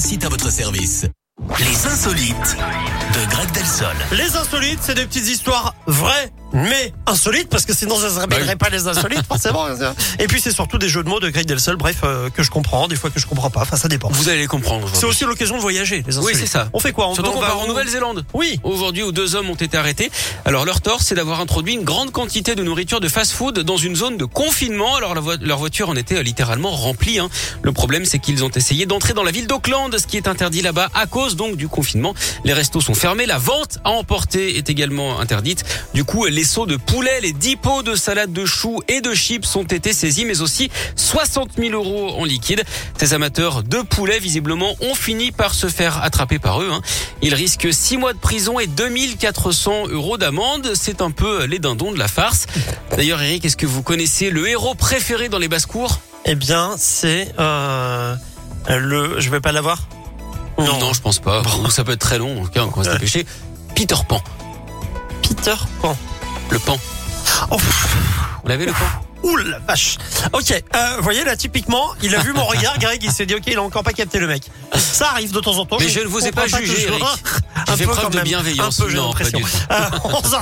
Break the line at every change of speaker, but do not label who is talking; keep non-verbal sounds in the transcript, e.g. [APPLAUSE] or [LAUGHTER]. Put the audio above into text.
site à votre service. Les insolites de Greg Delsol.
Les insolites, c'est des petites histoires vraies, mais insolites, parce que sinon ça
Bah
ne se répéterait pas les
[LAUGHS]
insolites, forcément. Et puis c'est surtout des jeux de mots de Greg Delsol, bref, euh, que je comprends, des fois que je comprends pas, enfin ça dépend.
Vous allez les comprendre.
C'est
aujourd'hui.
aussi l'occasion de voyager, les insolites.
c'est ça.
On fait quoi on,
Surtout
on
qu'on
va-
part en Nouvelle-Zélande.
Oui.
Aujourd'hui, où deux hommes ont été arrêtés. Alors, leur tort, c'est d'avoir introduit une grande quantité de nourriture de fast-food dans une zone de confinement. Alors, la vo- leur voiture en était euh, littéralement remplie. hein. Le problème, c'est qu'ils ont essayé d'entrer dans la ville d'Auckland, ce qui est interdit là-bas à cause donc du confinement. Les restos sont fermés. La vente à emporter est également interdite. Du coup, les seaux de poulet, les 10 pots de salade de choux et de chips ont été saisis, mais aussi 60 000 euros en liquide. Ces amateurs de poulet, visiblement, ont fini par se faire attraper par eux. hein. Ils risquent 6 mois de prison et 2400 euros d'amende. C'est un peu les dindons de la farce. D'ailleurs, Eric, est-ce que vous connaissez le héros préféré dans les basses-cours
Eh bien, c'est euh, le. Je vais pas l'avoir. Non.
je pense pas. Ou ça peut être très long, en tout cas, on commence à pêcher. Peter Pan.
Peter Pan.
Le pan.
Oh, pff,
Vous l'avez, le pan
ouh la vache. Ok, euh, vous voyez là, typiquement, il a vu mon regard, Greg, il s'est dit, ok, il a encore pas capté le mec. Ça arrive de temps en temps.
Mais je ne vous ai
comprends
pas jugé,
toujours.
Eric.
[LAUGHS] Un
J'ai fait
peu
preuve
quand
de
même.
bienveillance.
Un peu, j'ai
Non, pas
l'impression.
du tout.
Euh, 11h05.